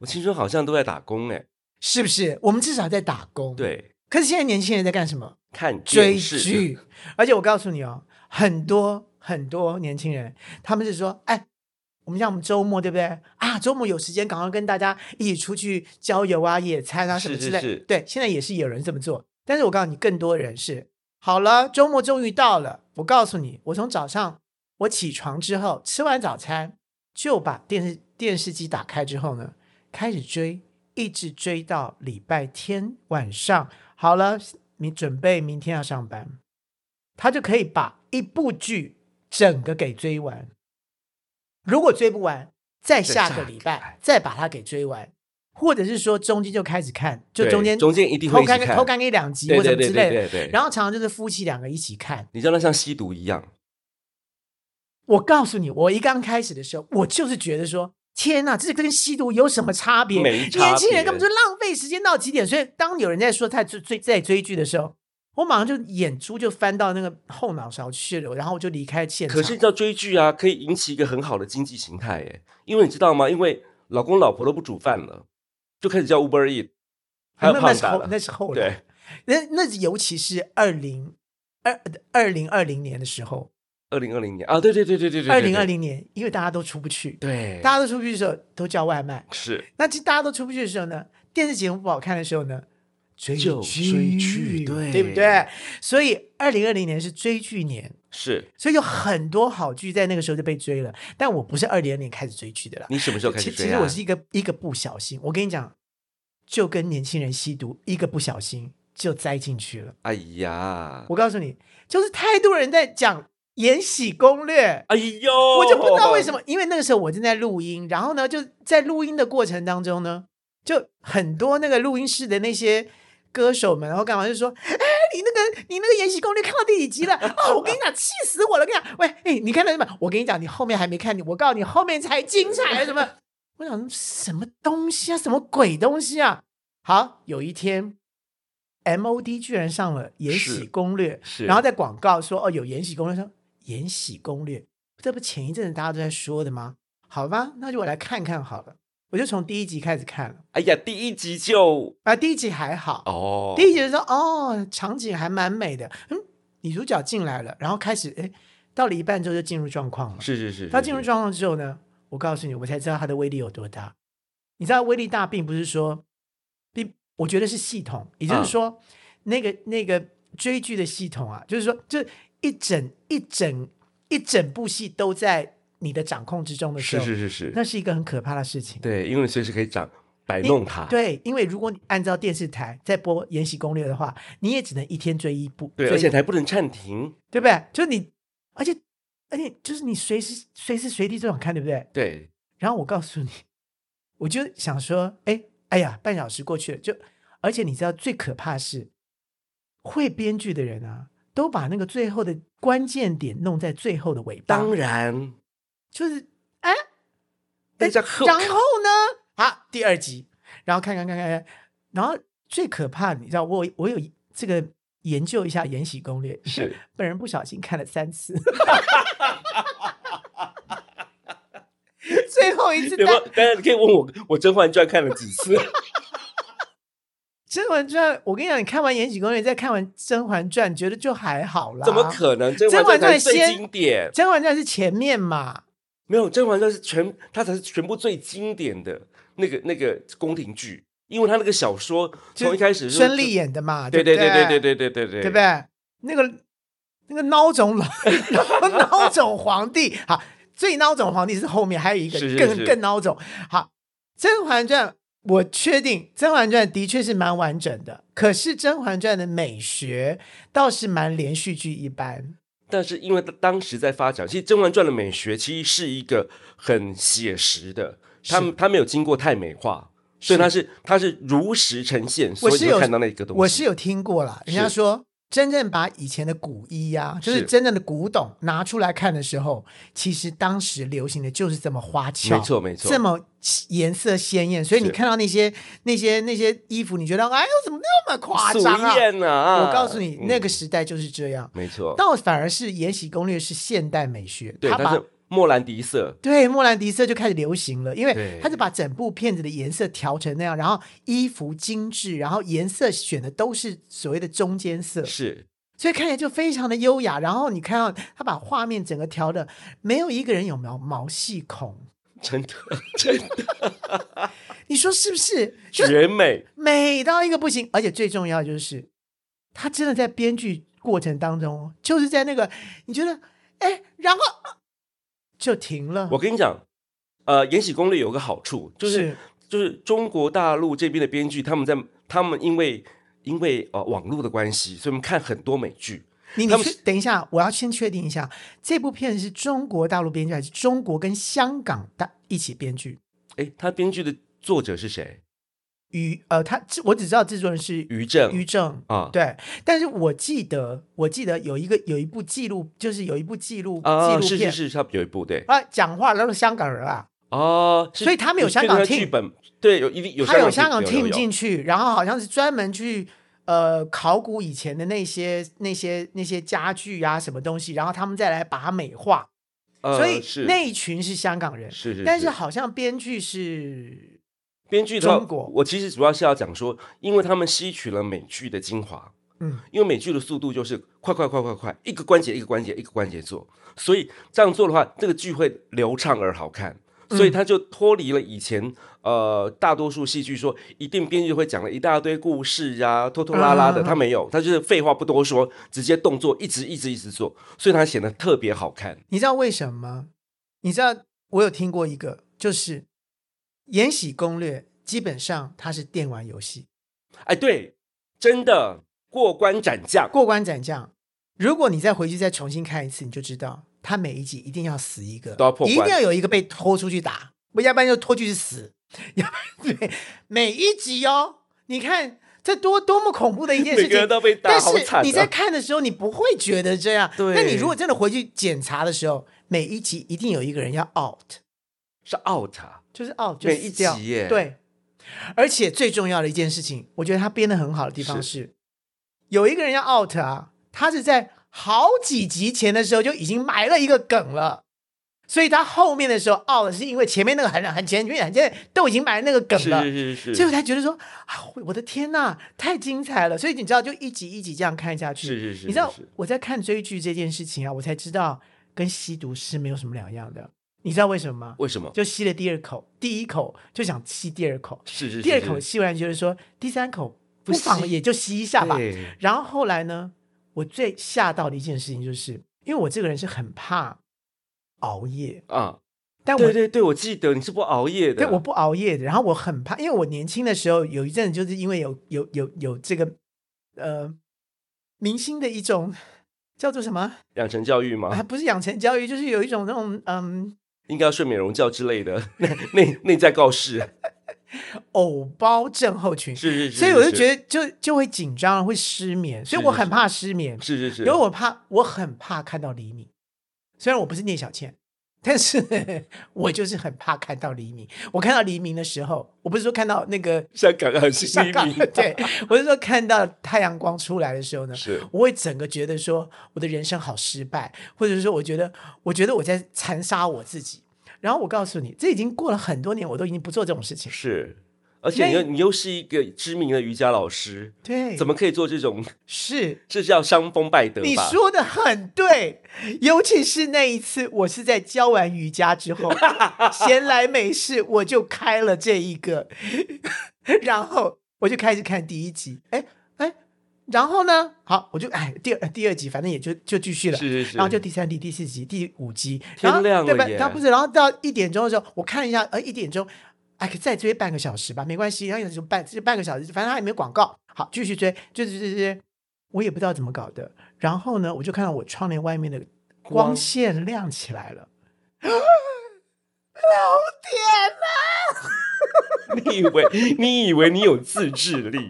A: 我青春好像都在打工哎。
B: 是不是？我们至少在打工。。
A: 对，
B: 可是现在年轻人在干什么？
A: 看
B: 追
A: 电视，
B: 剧。而且我告诉你哦，很多很多年轻人，他们是说，哎。我们像我们周末对不对啊？周末有时间，赶快跟大家一起出去郊游啊、野餐啊什么
A: 是
B: 之
A: 是
B: 类。
A: 是
B: 对，现在也是有人这么做，但是我告诉你，更多人是好了，周末终于到了。我告诉你，我从早上我起床之后，吃完早餐就把电视电视机打开之后呢，开始追，一直追到礼拜天晚上。好了，你准备明天要上班，他就可以把一部剧整个给追完。如果追不完，再下
A: 再
B: 个
A: 下
B: 礼
A: 个礼
B: 拜
A: 拜
B: 再把它给追完，或者是说中间就开始看，就
A: 对
B: 中间
A: 中间一定会一
B: 偷
A: 起
B: 看
A: 看，
B: 偷看一两集
A: 对
B: 或什么
A: 对
B: 之
A: 对
B: 类
A: 对
B: 的。
A: 对对。
B: 然
A: 后
B: 后常常就是夫妻两个一起看。
A: 你知道那像吸毒一样，
B: 我告诉你，我一刚开始的时候，我就是觉得说，天哪，这跟吸毒有什么差别？
A: 没差别
B: 年轻人根本就浪费时间到极点。所以，当有人在说他追追在追剧的时候，我马上就眼珠就翻到那个后脑勺去了，然后我就离开现场。
A: 可是叫追剧啊，可以引起一个很好的经济形态哎，因为你知道吗？因为老公老婆都不煮饭了，就开始叫 Uber Eat，还有
B: 哦那那
A: 胖
B: 是
A: 达
B: 后，
A: 了，
B: 那 是后来
A: 对，
B: 那那尤其是二零二二零二零年的时候，
A: 二零二零年啊，对对对对对对，
B: 二零二零年，因为大家都出不去，
A: 对，
B: 大家都出不去的时候都叫外卖。
A: 是
B: 那其实大家都出不去的时候呢，电视节目不好看的时候呢，追
A: 就
B: 剧
A: 追剧对
B: 对不对？所以二零二零年是追剧年，
A: 是，
B: 所以有很多好剧在那个时候就被追了。但我不是二零二零年开始追剧的啦，
A: 你什么时候开始
B: 其
A: 追
B: 其
A: 啊？
B: 实我是一个一个不小心，我跟你讲，就跟年轻人吸毒，一个不小心就栽进去了。
A: 哎呀，
B: 我告诉你，就是太多人在讲《延禧攻略》
A: 哎呦，
B: 我
A: 我
B: 就不知道为什，么，因为那个时候我正在录音，然后呢，就在录音的过程当中呢，就很多那个录音室的那些歌手们，然后干嘛就说：“哎，你那个你那个《延禧攻略》看到第几集了？哦，我跟你讲，气死我了！我跟你讲，喂，哎，你看到什么？我跟你讲，你后面还没看，你我告诉你，后面才精彩，什么？我想什么东西啊，什么鬼东西啊？好，有一天。M O D 居然上了《延禧
A: 是
B: 攻略》
A: 是
B: 然后在广告说哦有《延禧攻略》，说《延禧攻略》这不前一阵子大家都在说的吗？好吧，那就我来看看好了。我就从第一集开始看了，
A: 哎呀，第一集就
B: 啊，第一集还好，
A: 哦，
B: 第一集就说哦，场景还蛮美的，嗯，女主角进来了，然后开始，哎，到了一半之后就进入状况了。
A: 是是是，
B: 她
A: 是
B: 进入
A: 是
B: 状况之后呢，我告诉你，我才知道她的威力有多大。你知道威力大，并不是说，并我觉得是系统，也就是
A: 嗯
B: 说，那个那个追剧的系统啊，就是说，这一整一整一整部戏都在你的掌控之中的时
A: 是
B: 候，
A: 是是是，
B: 那是一个很可怕的事情。
A: 对，因为你随时可以长摆弄它，
B: 对，因为如果你按照电视台在播《延禧攻略》的话，你也只能一天追一部，
A: 对，
B: 追
A: 而且还不能暂停，
B: 对不对？就是你，而且而且就是你随时随时随地都想看，对不对？
A: 对，
B: 然后我告诉你，我就想说，哎哎呀，半小时过去了，就而且你知道最可怕的是，会编剧的人啊，都把那个最后的关键点弄在最后的尾巴，
A: 当然，
B: 就是哎，
A: 大
B: 哎
A: 家后
B: 然后呢？好，第二集，然后看看看看，看然后最可怕，你知道，我我有这个研究一下《延禧攻略》，
A: 是
B: 本人不小心看了三次， 最后一 次
A: 有没
B: 大
A: 有？当然，你可以问我，我《甄嬛传》看了几 次？
B: 《甄嬛传》，我跟你讲，你看完《延禧攻略》，再看完《甄嬛传》，觉得就还好啦。
A: 怎么可能？《甄
B: 甄嬛
A: 嬛传》
B: 传
A: 才最
B: 先
A: 经典，
B: 《甄嬛传》是前面嘛？
A: 没有《甄嬛传》是全，它才是全部最经典的那个那个宫廷剧，因为它那个小说从一开始
B: 孙俪
A: 演，
B: 演的嘛，
A: 对
B: 对
A: 对
B: 不
A: 对对对
B: 对
A: 对对对对，
B: 对不对？那个那个孬种老 孬种皇帝，好，最孬种皇帝是后面还有一个
A: 是是
B: 更
A: 是
B: 更孬种。好，《甄嬛传》我确定，《甄嬛传》的确是蛮完整的，可是《甄嬛传》的美学倒是蛮连续剧一般。
A: 但是因为当当时在发展，其实《甄嬛传》的美学其实是一个很写实的，它
B: 是
A: 它没有经过太美化，所以它是它是如实呈现，所以
B: 是
A: 你
B: 有
A: 会看到那个东西。
B: 我是有听过啦，人家
A: 是
B: 说。真正把以前的古衣呀、就是
A: 是
B: 真正的古董拿出来看的时候，其实当时流行的就是这么花俏，
A: 没错没错
B: 这，么颜色鲜艳，所以你
A: 是
B: 看到那些那些那些衣服，你觉得哎呦怎么那么夸
A: 素
B: 张啊？
A: 艳啊！
B: 我告诉你，
A: 嗯
B: 那个时代就是这样。
A: 没错，
B: 倒反而是《延禧攻略》是现代美学，
A: 对，
B: 他
A: 它
B: 把
A: 是莫兰迪色，
B: 对莫兰迪色就开始流行了，因为
A: 对
B: 他就把整部片子的颜色调成那样，然后衣服精致，然后颜色选的都是所谓的中间色，
A: 是
B: 所以看起来就非常的优雅。然后你看到他把画面整个调的，没有一个人有毛毛细孔，
A: 真的 真的
B: 你说是不是？就
A: 绝美，
B: 美到一个不行，而且最重要的就是，他真的在编剧过程当中，就是在那个你觉得，哎，然后啊就停了。
A: 我跟你讲，呃，《延禧攻略》有个好处，就是
B: 是
A: 就是中国大陆这边的编剧，他们在他们因为因为呃网络的关系，所以我们看很多美剧。
B: 你
A: 他们
B: 你去
A: 是
B: 等一下，我要先确定一下，这部片是中国大陆编剧还是中国跟香港大一起编剧？
A: 哎，他编剧的作者是谁？
B: 于呃，他我只知道制作人是
A: 于正
B: 于正。
A: 啊，
B: 对，但是我记得，我记得有一个有一部记录，就是有一部记录、
A: 啊，
B: 纪录
A: 是
B: 片
A: 是是，他有一部对
B: 啊，讲话然后香港人啊，
A: 哦，是
B: 所以他们有香
A: 确定他
B: 港
A: 剧
B: team
A: 本，对，有一定有
B: 他有香
A: 香
B: 港
A: 港
B: team 进
A: 进
B: 去，然后好像是专门去呃考古以前的那些那些那些家具啊什么东西，然后他们再来把它美化，所以
A: 呃是
B: 那一群是香港人，
A: 是是，
B: 但是好像编剧是
A: 编剧的话
B: 中国
A: 我其实主要是要讲说，因为他们吸取了美剧的精华，
B: 嗯，
A: 因为美剧的速度就是快快快快快，一个关节一个关节一个关节做，所以这样做的话，这个剧会流畅而好看。
B: 嗯
A: 所以他就脱离了以前呃大多数戏剧说一定编剧会讲了一大堆故事啊拖拖拉拉的，
B: 嗯嗯嗯
A: 他没有，他就是废话不多说，直接动作一直一直一直做，所以他显得特别好看。
B: 你知道为什么吗？你知道我有听过一个，就是《延禧攻略》，基本上它是电玩游戏，
A: 哎，对，真的过关斩将，
B: 过关斩将。如果你再回去再重新看一次，你就知道，它每一集一定要死一个，
A: 都要破
B: 一
A: 关
B: 定要有一个被拖出去打，不要不然就拖出去死， 要不然对每一集哦，你看这多多么恐怖的一件事
A: 每
B: 情，
A: 个人都被打，
B: 但
A: 好惨、啊。
B: 是你在看的时候，你不会觉得这样。
A: 对
B: 但你如果真的回去检查的时候，每一集一定有一个人要 out，
A: 是 out 啊，
B: 就是 out 就
A: 每一
B: 死掉
A: 集耶
B: 对，而且最重要的一件事情，我觉得他编的很好的地方是，
A: 是
B: 有一个人要 out 啊，他是在好几集前的时候就已经埋了一个梗了。所以他后面的时候 out 是因为前面那个很很前面很前面都已经埋那个梗
A: 是
B: 了，
A: 是是
B: 所以
A: 是
B: 我才觉得说啊，我的天呐，太精彩了！所以你知道，就一集一集这样看下去。
A: 是是是，
B: 你知道
A: 是
B: 我在看追剧这件事情啊，我才知道跟吸毒是没有什么两样的。你知道为什么吗？
A: 为什么？
B: 就吸了第二口，第一口就想吸第二口，
A: 是是是
B: 第二口
A: 是
B: 吸完觉得说第三口不
A: 不
B: 妨
A: 吸
B: 也就吸一下吧。
A: 对
B: 然后后来呢，我最吓到的一件事情就是，因为我这个人是很怕熬夜，
A: 啊，
B: 但我
A: 对对对，我记得你是不熬夜的，
B: 对，我不熬夜的。然后我很怕，因为我年轻的时候有一阵，就是因为有有有有这个呃明星的一种 叫做什么
A: 养成教育
B: 啊，
A: 嘛，
B: 不是养成教育，就是有一种那种嗯
A: 应该要睡美容觉之类的，那那那在告示，啊
B: 偶包症候群，
A: 是是是，
B: 所以我就觉
A: 得
B: 得就就会紧张，会失眠，所以
A: 是
B: 我
A: 是
B: 很
A: 是
B: 怕失眠，
A: 是是是，
B: 因为我怕我很怕看到黎明。虽然我不是聂小倩。但是 我就是很怕看到黎明。我看到黎明的时候，我不是说看到那个
A: 香港很是
B: 香港
A: 黎明
B: 对，我是说看到太阳光出来的时候呢，
A: 是
B: 我会整个觉得说我的人生好失败，或者是说我觉得我觉得我在残杀我自己。然后我告诉你，这已经过了很多年，我都已经不做这种事情。
A: 是。而且你又
B: 那
A: 你又是一个知名的瑜伽老师，
B: 对，
A: 怎么可以做这种？
B: 是？
A: 这叫伤风败德
B: 你
A: 吧？
B: 说的很对，尤其是那一次，我是在教完瑜伽之 后，闲来没事，我就开了这一个，然后我就开始看第一集，哎哎，然后呢，好，我就哎第二第二集，反正也就就继续了。
A: 是是是，
B: 然后就第三集、第四集、第五集，
A: 天
B: 然后
A: 亮
B: 对
A: 了
B: 吧？
A: 耶
B: 然后不是，然后到一点钟的时候，我看一下，呃，一点钟，哎，可以再追半个小时吧，没关系。然后有时候半就半个小时，反正它也没有广告，好，继续追，追追追追，我也不知道怎么搞的。然后呢，我就看到我窗帘外面的
A: 光
B: 光线亮起来了，老天啊！
A: 你以为你以为你有自制力，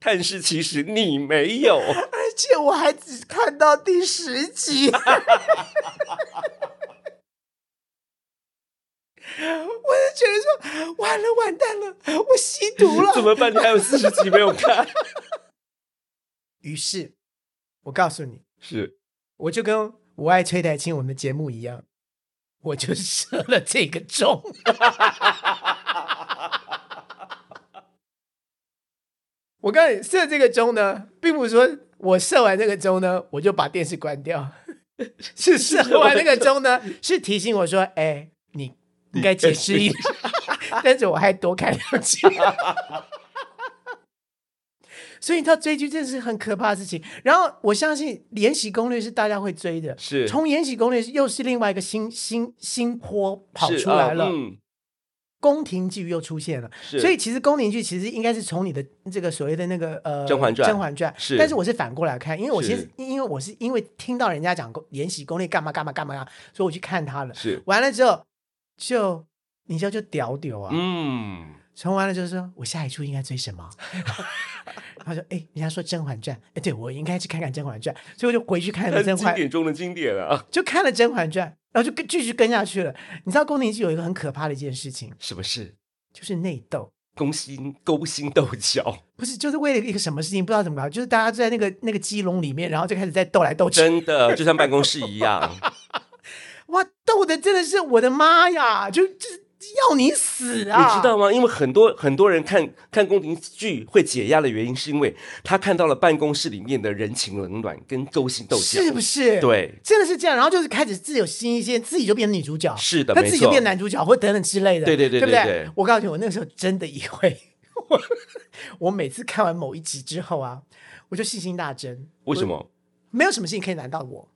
A: 但是其实你没有。
B: 而且我还只看到第十集。 我就觉得说，完了，完蛋了，我吸 毒了。
A: 怎么办？你还有四十集没有 看？
B: 于是，我告诉你，
A: 是
B: 我就跟我爱崔台清我们的节目一样，我 就设了这个钟。我告诉你，设这个钟呢，并不是说我设完这个钟呢，我就把电视关掉， 是设完那个钟呢，是提醒我说，哎，你应该解释一下。但是我还多看两集。 所以你知道追剧真的是很可怕的事情。然后我相信《延禧攻略》是大家会追的，
A: 是
B: 从《延禧攻略》又是另外一个新新新坡跑
A: 是
B: 出来了，
A: 啊嗯，
B: 宫廷剧又出现了。
A: 是
B: 所以其实宫廷剧其实应该是从你的这个所谓的那个呃《
A: 甄嬛传
B: 甄嬛传》
A: 是
B: 但是我是反过来看，因为我其实
A: 是
B: 因为我是因为听到人家讲宫《延禧攻略》干嘛干嘛干嘛呀，所以我去看它了。
A: 是
B: 完了之后就你知道就屌屌啊，
A: 嗯，
B: 重完了就是说我下一出应该追什么？ 他说：“哎、人家说《甄嬛传》，哎，对我应该去看看《甄嬛传》，所以我就回去看了《
A: 很
B: 甄
A: 经
B: 嬛》，
A: 典中的经典啊！
B: 就看了《甄嬛传》，然后就跟继续跟下去了。你知道宫廷剧有一个很可怕的一件事情，
A: 什么事？
B: 就是内斗，
A: 勾心勾心斗角，
B: 不是就是为了一个什么事情不知道怎么搞，就是大家就在那个那个鸡笼里面，然后就开始在斗来斗去，
A: 真的就像办公室一 样。
B: 哇，斗的真的是我的妈呀，就就是要你死啊！
A: 你知道吗？因为很多很多人看看宫廷剧会解压的原因，是因为他看到了办公室里面的人情冷暖跟勾心斗角，
B: 是不是？。
A: 对，
B: 真的是这样，然后就是开始自有新一些，自己就变女主角，
A: 是的
B: 他
A: 没
B: 自己就
A: 错
B: 变男主角或等等之类的，
A: 对对对
B: 对不
A: 对
B: 对
A: 对？
B: 我告诉你，我那个时候真的以为， 我我每次看完某一集之后啊，我就信心大增，
A: 为什么？
B: 没有什么事情可以难到我，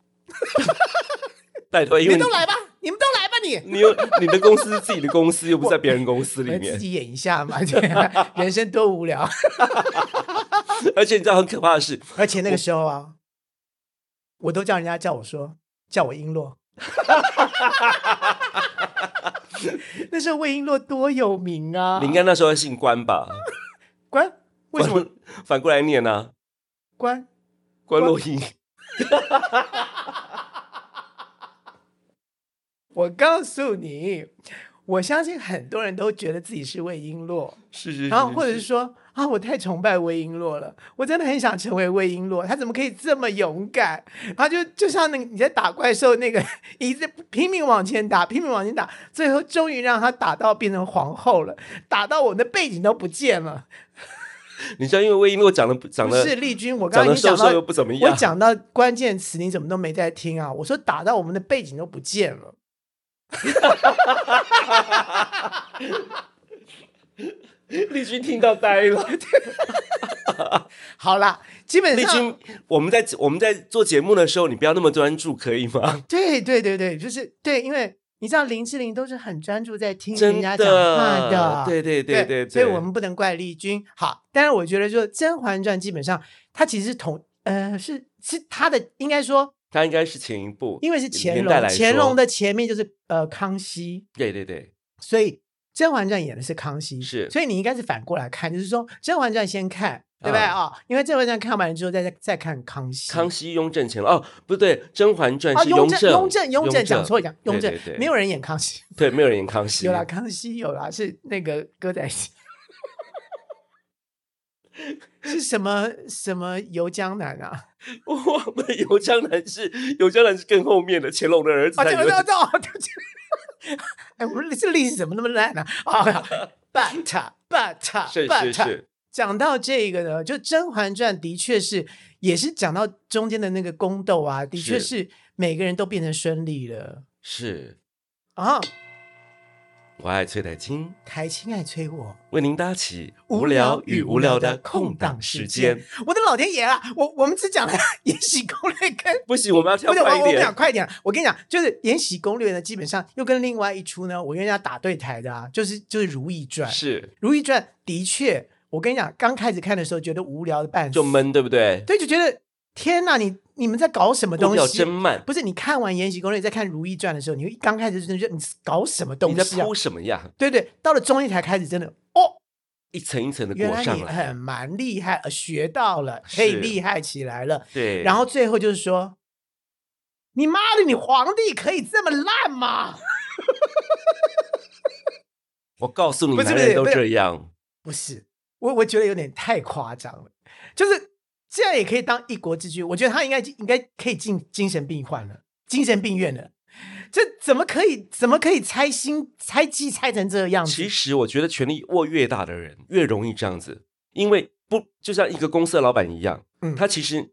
A: 拜托，因
B: 你
A: 为
B: 们都来吧，你们都来吧，你。
A: 你有你的公司是自己的公司，又不是在别人公司
B: 我
A: 里
B: 就自
A: 面。
B: 己演一下嘛，对 啊人生多无聊。
A: 而且你知道很可怕的是，
B: 而且那个时候啊，我都叫人家叫我说叫我璎珞。 那时候魏璎珞多有名啊！
A: 你应该那时候姓关吧？
B: 关为什么
A: 关 反过来念呢、啊？
B: 关？
A: 关洛英，
B: 我告诉你，我相信很多人都觉得自己是魏璎珞，
A: 是是是，
B: 然后或者是说啊，我太崇拜魏璎珞了，我真的很想成为魏璎珞，她怎么可以这么勇敢？然后就就像那个你在打怪兽那个一直拼命往前打，拼命往前打，最后终于让她打到变成皇后了，打到我们的背景都不见了。
A: 你知道，因为魏璎珞长得长
B: 不
A: 得
B: 是丽君，我刚
A: 长得
B: 刚已经
A: 瘦
B: 讲
A: 瘦又
B: 到，
A: 不怎么
B: 我
A: 样，
B: 讲到关键词，你怎么都没在听啊？我说打到我们的背景都不见了。
A: 丽君听到呆 了。
B: 好啦，基本
A: 丽
B: 上
A: 君，我们在我们在做节目的时候，你不要那么专注，可以吗？
B: 对对对对，就是对，因为你知道林志玲都是很专注在听人
A: 真
B: 家讲话
A: 的，对对对
B: 对
A: 对，
B: 所以我们不能怪丽君。好，但是我觉得说《甄嬛传》基本上它其实是同呃是是它的应该说，
A: 他应该是前一部，
B: 因为是乾
A: 年代
B: 隆，
A: 来
B: 乾
A: 说
B: 隆的前面就是呃康熙，
A: 对对对，
B: 所以《甄嬛传》演的是康熙，
A: 是
B: 所以你应该是反过来看，就是说《甄嬛传》先看，对不对
A: 嗯
B: 啊、因为《甄嬛传》看完了之后再再看康熙，
A: 康熙、雍正、乾隆哦，不对，《甄嬛传》
B: 啊，
A: 是
B: 雍
A: 正，
B: 雍正，雍正讲错，讲雍正
A: 对对对，
B: 没有人演康熙，
A: 对，没有人演康熙
B: 有，啦，康熙有啦，是那个歌仔戏， 是什么什么游江南啊？
A: 我忘了游江南是游江南是更后面的乾隆的儿子
B: 啊，
A: 才
B: 这
A: 有，
B: 个这个这个，对不起哎，我们这历史怎么那么烂呢？啊， but but
A: 是
B: but
A: 是是，
B: 讲到这个呢，就《甄嬛传》的确是，也是讲到中间的那个宫斗啊，的确
A: 是
B: 是每个人都变成孙俪了
A: 是，
B: 啊。
A: 我爱崔台金，
B: 台青爱催我，
A: 为您搭起无聊与无聊的空档时间。，
B: 我的老天爷啊！我我们只讲了 《延禧攻略》跟。
A: 不行，我们要跳
B: 不是我，
A: 快一
B: 我
A: 点
B: 讲。快一点。啊我跟你讲，就是《延禧攻略》呢，基本上又跟另外一出呢，我跟人家打对台的啊，就是就是《如懿传》。《
A: 是，
B: 如懿传》的确，我跟你讲，刚开始看的时候觉得无聊的半死，
A: 就闷，对不对？
B: 对，就觉得天哪，你你们在搞什么
A: 步
B: 东
A: 调
B: 西
A: 真？慢，
B: 不是你看完《延禧攻略》再看《如懿传》的时候，你会刚开始就觉得你嗯搞什么
A: 你
B: 东
A: 在
B: 西啊
A: 铺？什么呀？
B: 对对，到了综艺台开始真的哦，
A: 一层一层的
B: 原
A: 裹
B: 来
A: 上
B: 你哎
A: 来，
B: 很蛮厉害，呃学到了，可以
A: 是
B: 厉害起来了。
A: 对。
B: 然后最后就是说，你妈的，你皇帝可以这么烂吗？
A: 我告诉你，
B: 不是
A: 男
B: 不
A: 人
B: 是
A: 都
B: 不是
A: 这样，
B: 不是，我我觉得有点太夸张了，就是这样也可以当一国之君。我觉得他应该应该可以进精神病患了，精神病院了。这怎么可以？怎么可以猜心猜忌猜成这样子？
A: 其实我觉得权力握越大的人越容易这样子，因为不就像一个公司的老板一样，
B: 嗯
A: 他其实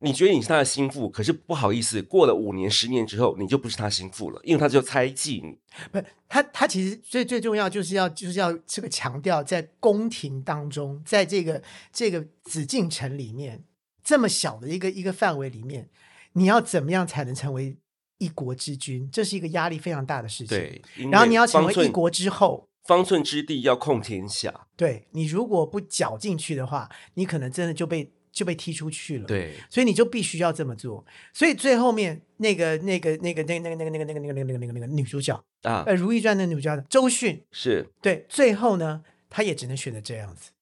A: 你觉得你是他的心腹，可是不好意思，过了五年、十年之后，你就不是他心腹了，因为他就猜忌你。
B: 不，他他其实最最重要就是要就是要这个强调，在宫廷当中，在这个这个紫禁城里面，这么小的一个一个范围里面，你要怎么样才能成为一国之君？这是一个压力非常大的事情。，
A: 对，因
B: 然后你要成为
A: 方寸
B: 一国之后，
A: 方寸之地要控天下，
B: 对你如果不搅进去的话，你可能真的就被就被踢出去了。。
A: 对，
B: 所以你就必须要这么做。所以最后面那个、那个、那个、那个、那个、那个、那个、那个、那个、那个、那个、那个女主角，
A: 啊
B: 呃，，《如懿传》的女主角周迅，
A: 是
B: 对，最后呢，他也只能选择这样子，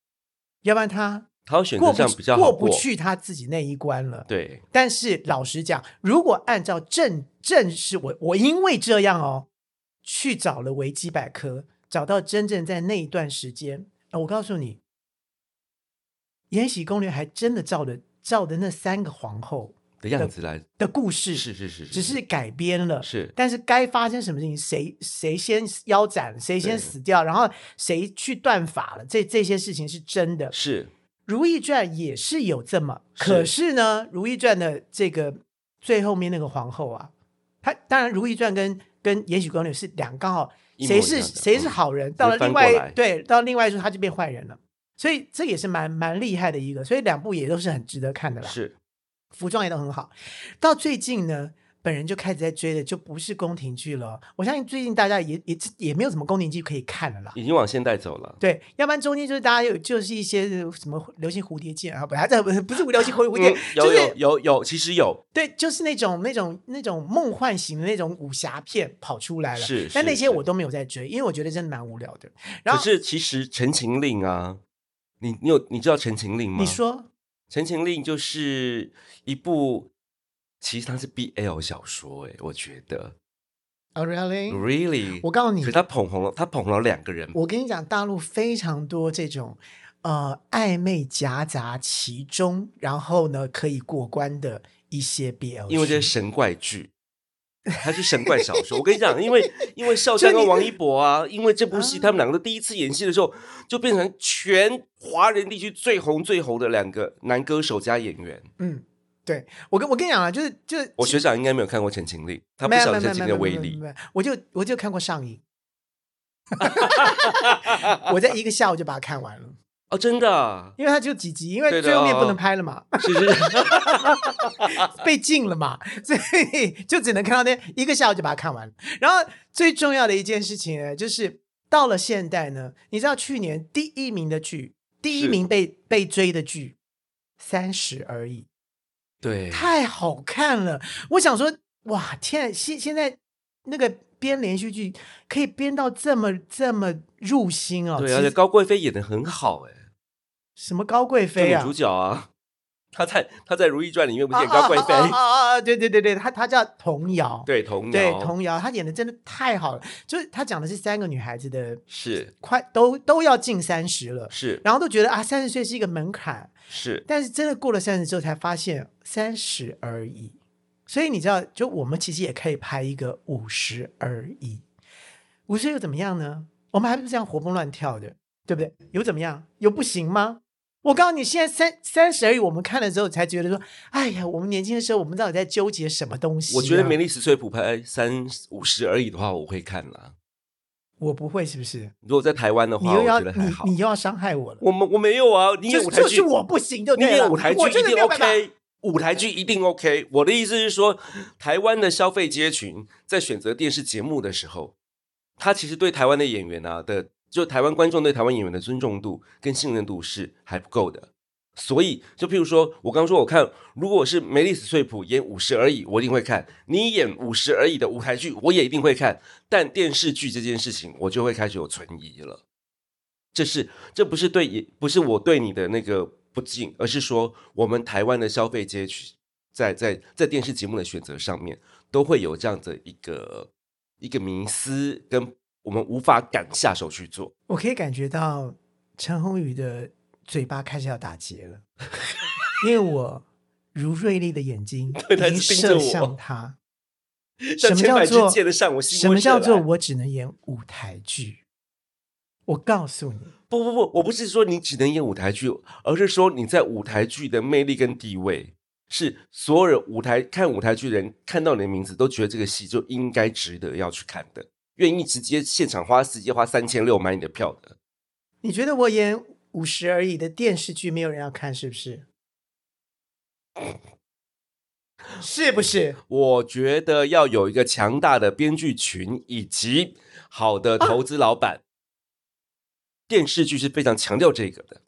B: 要不然他
A: 他要选择
B: 过
A: 这
B: 不
A: 样比较好
B: 过不去他自己那一关了。
A: 对，
B: 但是老实讲，如果按照正正是我我因为这样哦，去找了维基百科，找到真正在那一段时间，呃我告诉你，《延禧攻略》还真的照着照着那三个皇后
A: 的样子来，
B: 的故事，
A: 是是是，
B: 只是改编了，
A: 是
B: 但是该发生什么事情，谁谁先腰斩，谁先
A: 对
B: 死掉，然后谁去断法了，这这些事情是真的。《
A: 是
B: 如懿传》也是有这么，
A: 是
B: 可是呢，《如懿传》的这个最后面那个皇后啊，她当然《如懿传》跟跟《延禧攻略》是两刚好，
A: 一模一
B: 谁
A: 样
B: 是
A: 的
B: 谁是
A: 嗯
B: 好人，到了
A: 翻
B: 另外
A: 过来
B: 一对到另外一处他就变坏人了，所以这也是蛮蛮厉害的一个，所以两部也都是很值得看的啦。
A: 是
B: 服装也都很好。到最近呢，本人就开始在追的，就不是宫廷剧了。我相信最近大家也也也没有什么宫廷剧可以看了啦。
A: 已经往现代走了，
B: 对，要不然中间就是大家有就是一些什么流星蝴蝶剑啊，不，这不是不是流星蝴蝴蝶，
A: 嗯
B: 就
A: 有有
B: 是
A: 有有，其实有
B: 对，就是那种那种那种梦幻型的那种武侠片跑出来了。
A: 是
B: 但那
A: 是
B: 些
A: 是
B: 我都没有在追，因为我觉得真的蛮无聊的。然
A: 可
B: 后
A: 是其实《陈情令》啊，你你有你知道《陈情令》吗？
B: 你说
A: 《陈情令》就是一部，其实它是 BL 小说、欸，哎，我觉得
B: ，Oh really？
A: ，really，
B: 我告诉你
A: 可是，他捧红了，他捧红了两个人，
B: 我跟你讲，大陆非常多这种呃暧昧夹杂其中，然后呢可以过关的一些 BL，
A: 因为这是
B: 剧
A: 神怪剧。它是神怪小说，我跟你讲，因 为因为少
B: 所
A: 将
B: 以
A: 跟
B: 你
A: 王一博啊，因为这部戏
B: 啊
A: 他们两个第一次演戏的时候，就变成全华人地区最红最红的两个男歌手加演员。
B: 嗯，对我跟我跟你讲啊，就是就是
A: 我学长应该没有看过《陈情令》，他不
B: 没有
A: 晓
B: 没
A: 得《
B: 有没有
A: 陈
B: 没
A: 情
B: 有
A: 令》的
B: 没
A: 威
B: 有
A: 力
B: 没。有，我就我就看过上瘾， 我在一个下午就把它看完了，
A: 哦，真的 啊、
B: 因为它只有几集，因
A: 对的
B: 为最后面不
A: 哦
B: 能拍了嘛，
A: 是 是是，
B: 被禁了嘛， 所以就只能看到那一个下午就把它看完了。然后最重要的一件事情呢，就是到了现代呢，你知道去年第一名的剧，第一
A: 是
B: 名被被追的剧《三十而已
A: 对》，，
B: 太好看了。我想说，哇，天啊，现现在那个编连续剧可以编到这么这么入心哦，
A: 对，
B: 其
A: 而且
B: 实
A: 高贵妃演的很好哎、
B: 什么高贵
A: 就
B: 妃
A: 女
B: 啊
A: 主。角啊，她在她在《如懿传》里面不是
B: 啊
A: 演高贵妃？
B: 啊啊啊啊啊！对对对对，她她叫童瑶，
A: 对，童
B: 对，
A: 瑶，
B: 童瑶她演的真的太好了，就是她讲的是三个女孩子的，
A: 是
B: 快都都要近三十了，
A: 是
B: 然后都觉得啊三十岁是一个门槛，
A: 是，
B: 但是真的过了三十之后才发现三十而已，所以你知道，就我们其实也可以拍一个五十而已，五十又怎么样呢？我们还不是这样活蹦乱跳的，对不对？有怎么样？有不行吗？我告诉你，现在三三十而已，我们看了之后才觉得说，哎呀，我们年轻的时候，我们到底在纠结什么东西、啊
A: 我觉得梅，丽史翠普拍三五十而已的话，我会看啦。
B: 我不会，是不是？
A: 如果在台湾的
B: 你
A: 话，
B: 又
A: 我
B: 要
A: 觉得
B: 你
A: 还好。
B: 你又要伤害我了，
A: 我们我没有啊，你
B: 就
A: 演
B: 是
A: 舞台
B: 就
A: 剧，
B: 是我不行，就
A: 你
B: 对
A: 演
B: 了。
A: 舞台剧
B: 我
A: 一
B: 真的
A: 定
B: 没有办法。
A: OK，舞台剧一定 OK。我的意思是说，台湾的消费阶群在选择电视节目的时候，他其实对台湾的演员啊的，就台湾观众对台湾演员的尊重度跟信任度是还不够的。所以，就譬如说，我刚说我看，如果是梅丽史翠普演五十而已，我一定会看；你演五十而已的舞台剧，我也一定会看。但电视剧这件事情，我就会开始有存疑了。这是这不是对也不是我对你的那个不敬，而是说我们台湾的消费街区在在在电视节目的选择上面，都会有这样的一个一个迷思，跟我们无法敢下手去做。
B: 我可以感觉到陈鸿宇的嘴巴开始要打结了，因为我如锐利的眼 睛已
A: 他一
B: 经
A: 直盯着
B: 射
A: 我
B: 向他。
A: 像
B: 什么
A: 千
B: 叫
A: 百只
B: 做
A: 箭得上我心
B: 什
A: 窝
B: 么
A: 射
B: 叫做
A: 来
B: 我只能演舞台剧？我告诉你，
A: 不不不，我不是说你只能演舞台剧，而是说你在舞台剧的魅力跟地位，是所有人舞台看舞台剧的人看到你的名字都觉得这个戏就应该值得要去看的，愿意直接现场花直接花三千六买你的票的。
B: 你觉得我演五十而已的电视剧没有人要看，是不是？ 是不是？
A: 我觉得要有一个强大的编剧群以及好的投资老板。电视剧是非常强调这个的，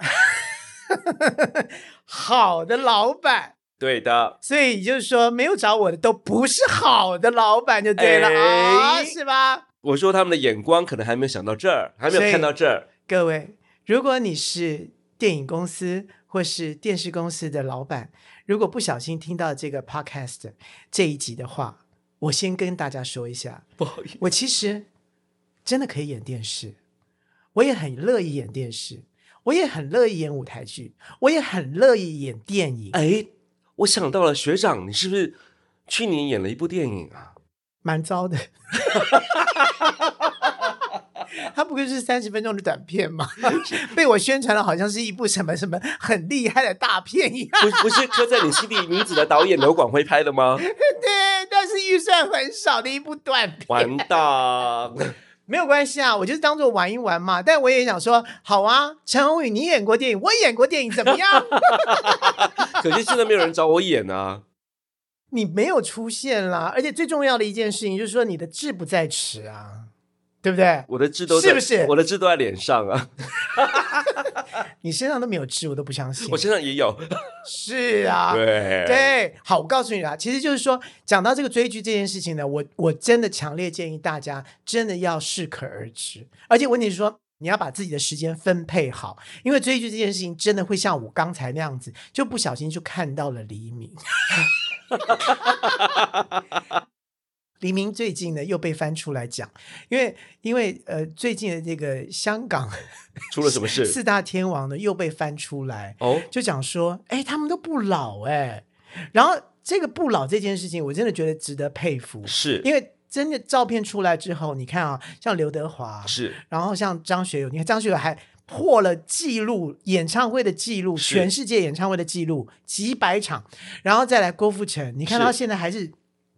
B: 好的老板，
A: 对的。
B: 所以也就是说，没有找我的都不是好的老板就对了、啊，
A: 哎
B: 是吧？
A: 我说他们的眼光可能还没有想到这儿，还没
B: 所以
A: 有看到这儿。
B: 各位，如果你是电影公司或是电视公司的老板，如果不小心听到这个 podcast 这一集的话，我先跟大家说一下，
A: 不好意思，
B: 我其实真的可以演电视，我也很乐意演电视，我也很乐意演舞台剧，我也很乐意演电影，
A: 哎，我想到了，学长，你是不是去年演了一部电影啊？
B: 蛮糟的。它不就是三十分钟的短 片吗？被我宣传了，好像是一部什么什么很厉害的大片一样。
A: 不，不是刻在你心底名字的导演刘广辉拍的 吗？
B: 对，但是预算很少的一部短片，
A: 完蛋！
B: 没有关系啊，我就是当做玩一玩嘛。但我也想说，好啊，陈宏宇，你演过电影，我演过电影，怎么样？
A: 可是现在没有人找我演啊。
B: 你没有出现啦，而且最重要的一件事情就是说你的志不在迟啊，对不对？
A: 我的痣都在
B: 是不是
A: 我的痣都在脸上啊，
B: 你身上都没有痣，我都不相信。
A: 我身上也有。
B: 是嗯啊，
A: 对，
B: 对，好，我告诉你啊，其实就是说，讲到这个追剧这件事情呢，我我真的强烈建议大家真的要适可而止，而且问题是说。你要把自己的时间分配好，因为追剧这件事情真的会像我刚才那样子，就不小心就看到了黎明。 黎明最近呢又被翻出来讲，因为因为呃最近的这个香港
A: 出了什么事？
B: 四大天王呢又被翻出来，
A: 哦，
B: 就讲说，哎，他们都不老哎、然后这个不老这件事情，我真的觉得值得佩服，
A: 是
B: 因为真的照片出来之后，你看啊，像刘德华，
A: 是
B: 然后像张学友，你看张学友还破了记录，演唱会的记录，
A: 是
B: 全世界演唱会的记录几百场，然后再来郭富城，你看
A: 是
B: 他现在还是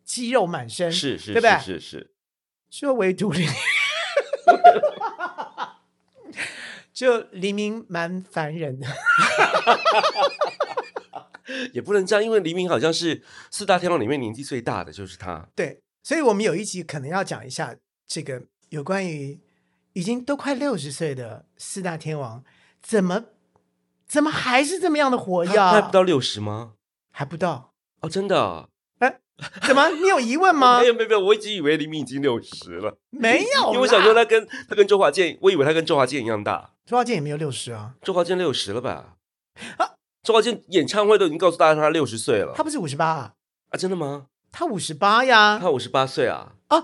B: 肌肉满身，
A: 是是，
B: 嗯对不对？
A: 是是是，
B: 就唯独黎， 就黎明蛮烦人的。
A: 也不能这样，因为黎明好像是四大天王里面年纪最大的，就是他。
B: 对，所以我们有一集可能要讲一下这个有关于已经都快六十岁的四大天王怎么怎么还是这么样的活
A: 他
B: 跃，
A: 他还不到六十吗？
B: 还不到，
A: 哦，真的啊、
B: 怎么你有疑问 吗
A: 没？有没有没有，我一直以为黎明已经六十了，
B: 没有啦，
A: 因为我想说他跟他跟周华健，我以为他跟周华健一样大，
B: 周华健也没有六十啊，
A: 周华健六十了吧？周华健演唱会都已经告诉大家他六十岁了
B: 他不是五十八啊，
A: 啊，真的吗？
B: 他五十八呀
A: 他。五十八岁啊，
B: 啊，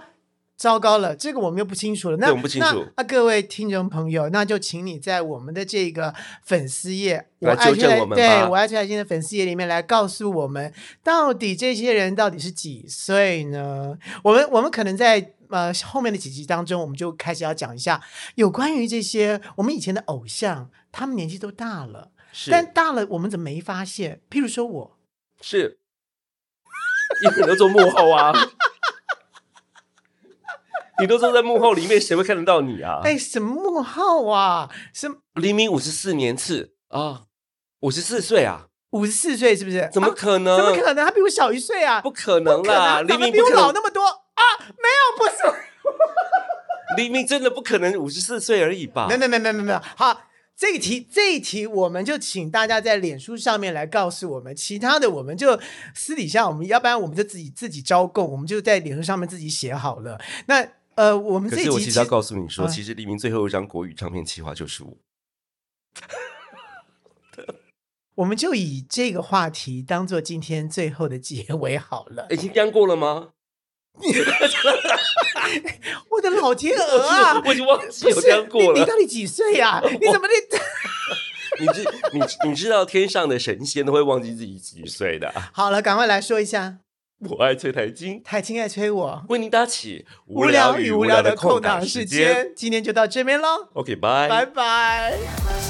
B: 糟糕了，这个我们又不清楚了。那
A: 对我们不清楚
B: 那啊，各位听众朋友，那就请你在我们的这个粉丝页，
A: 来
B: 爱
A: 纠
B: 去
A: 正
B: 爱
A: 我们
B: 对
A: 吧
B: 我爱去爱心的粉丝页里面来告诉我们，到底这些人到底是几岁呢？我们我们可能在。呃后面的几集当中，我们就开始要讲一下有关于这些我们以前的偶像，他们年纪都大了，
A: 是
B: 但大了我们怎么没发现？譬如说我，
A: 是， 因为你都做幕后啊， 你都坐在幕后里面，谁会看得到你啊？
B: 哎，什么幕后啊，什
A: 黎明五十四年次啊，五十四岁啊，
B: 五十四岁是不是？
A: 怎么
B: 啊
A: 可能？
B: 怎么可能？他比我小一岁啊，
A: 不可能
B: 不可
A: 啦！
B: 能，
A: 黎
B: 长得
A: 明
B: 比
A: 不
B: 我
A: 可
B: 老
A: 能，
B: 那么多啊，没有，不是。
A: 黎明真的不可能五十四岁而已吧
B: 啊没？有没有没有没有没有。好，这一题这一题，我们就请大家在脸书上面来告诉我们，其他的我们就私底下，我们要不然我们就自己自己招供，我们就在脸书上面自己写好了。那呃，我们
A: 可
B: 这一
A: 是
B: 集
A: 我其实嗯要告诉你说，
B: 啊
A: 其实黎明最后一张国语唱片企划就是我。
B: 我们就以这个话题当做今天最后的结尾好了。
A: 哎已经干过了吗？
B: 我的老天
A: 呃
B: 鹅啊！
A: 我已经忘记
B: 不
A: 有
B: 是
A: 干过
B: 你，你
A: 了
B: 到。底几岁呀、你怎么那？
A: 你知你你知道天上的神仙都会忘记自己几岁的啊。
B: 好了，赶快来说一下，
A: 我爱崔台金，
B: 太亲爱催我。
A: 为您搭起
B: 无聊与无聊的空档时。间，今天就到这边喽，
A: OK，拜
B: 拜拜。
C: 「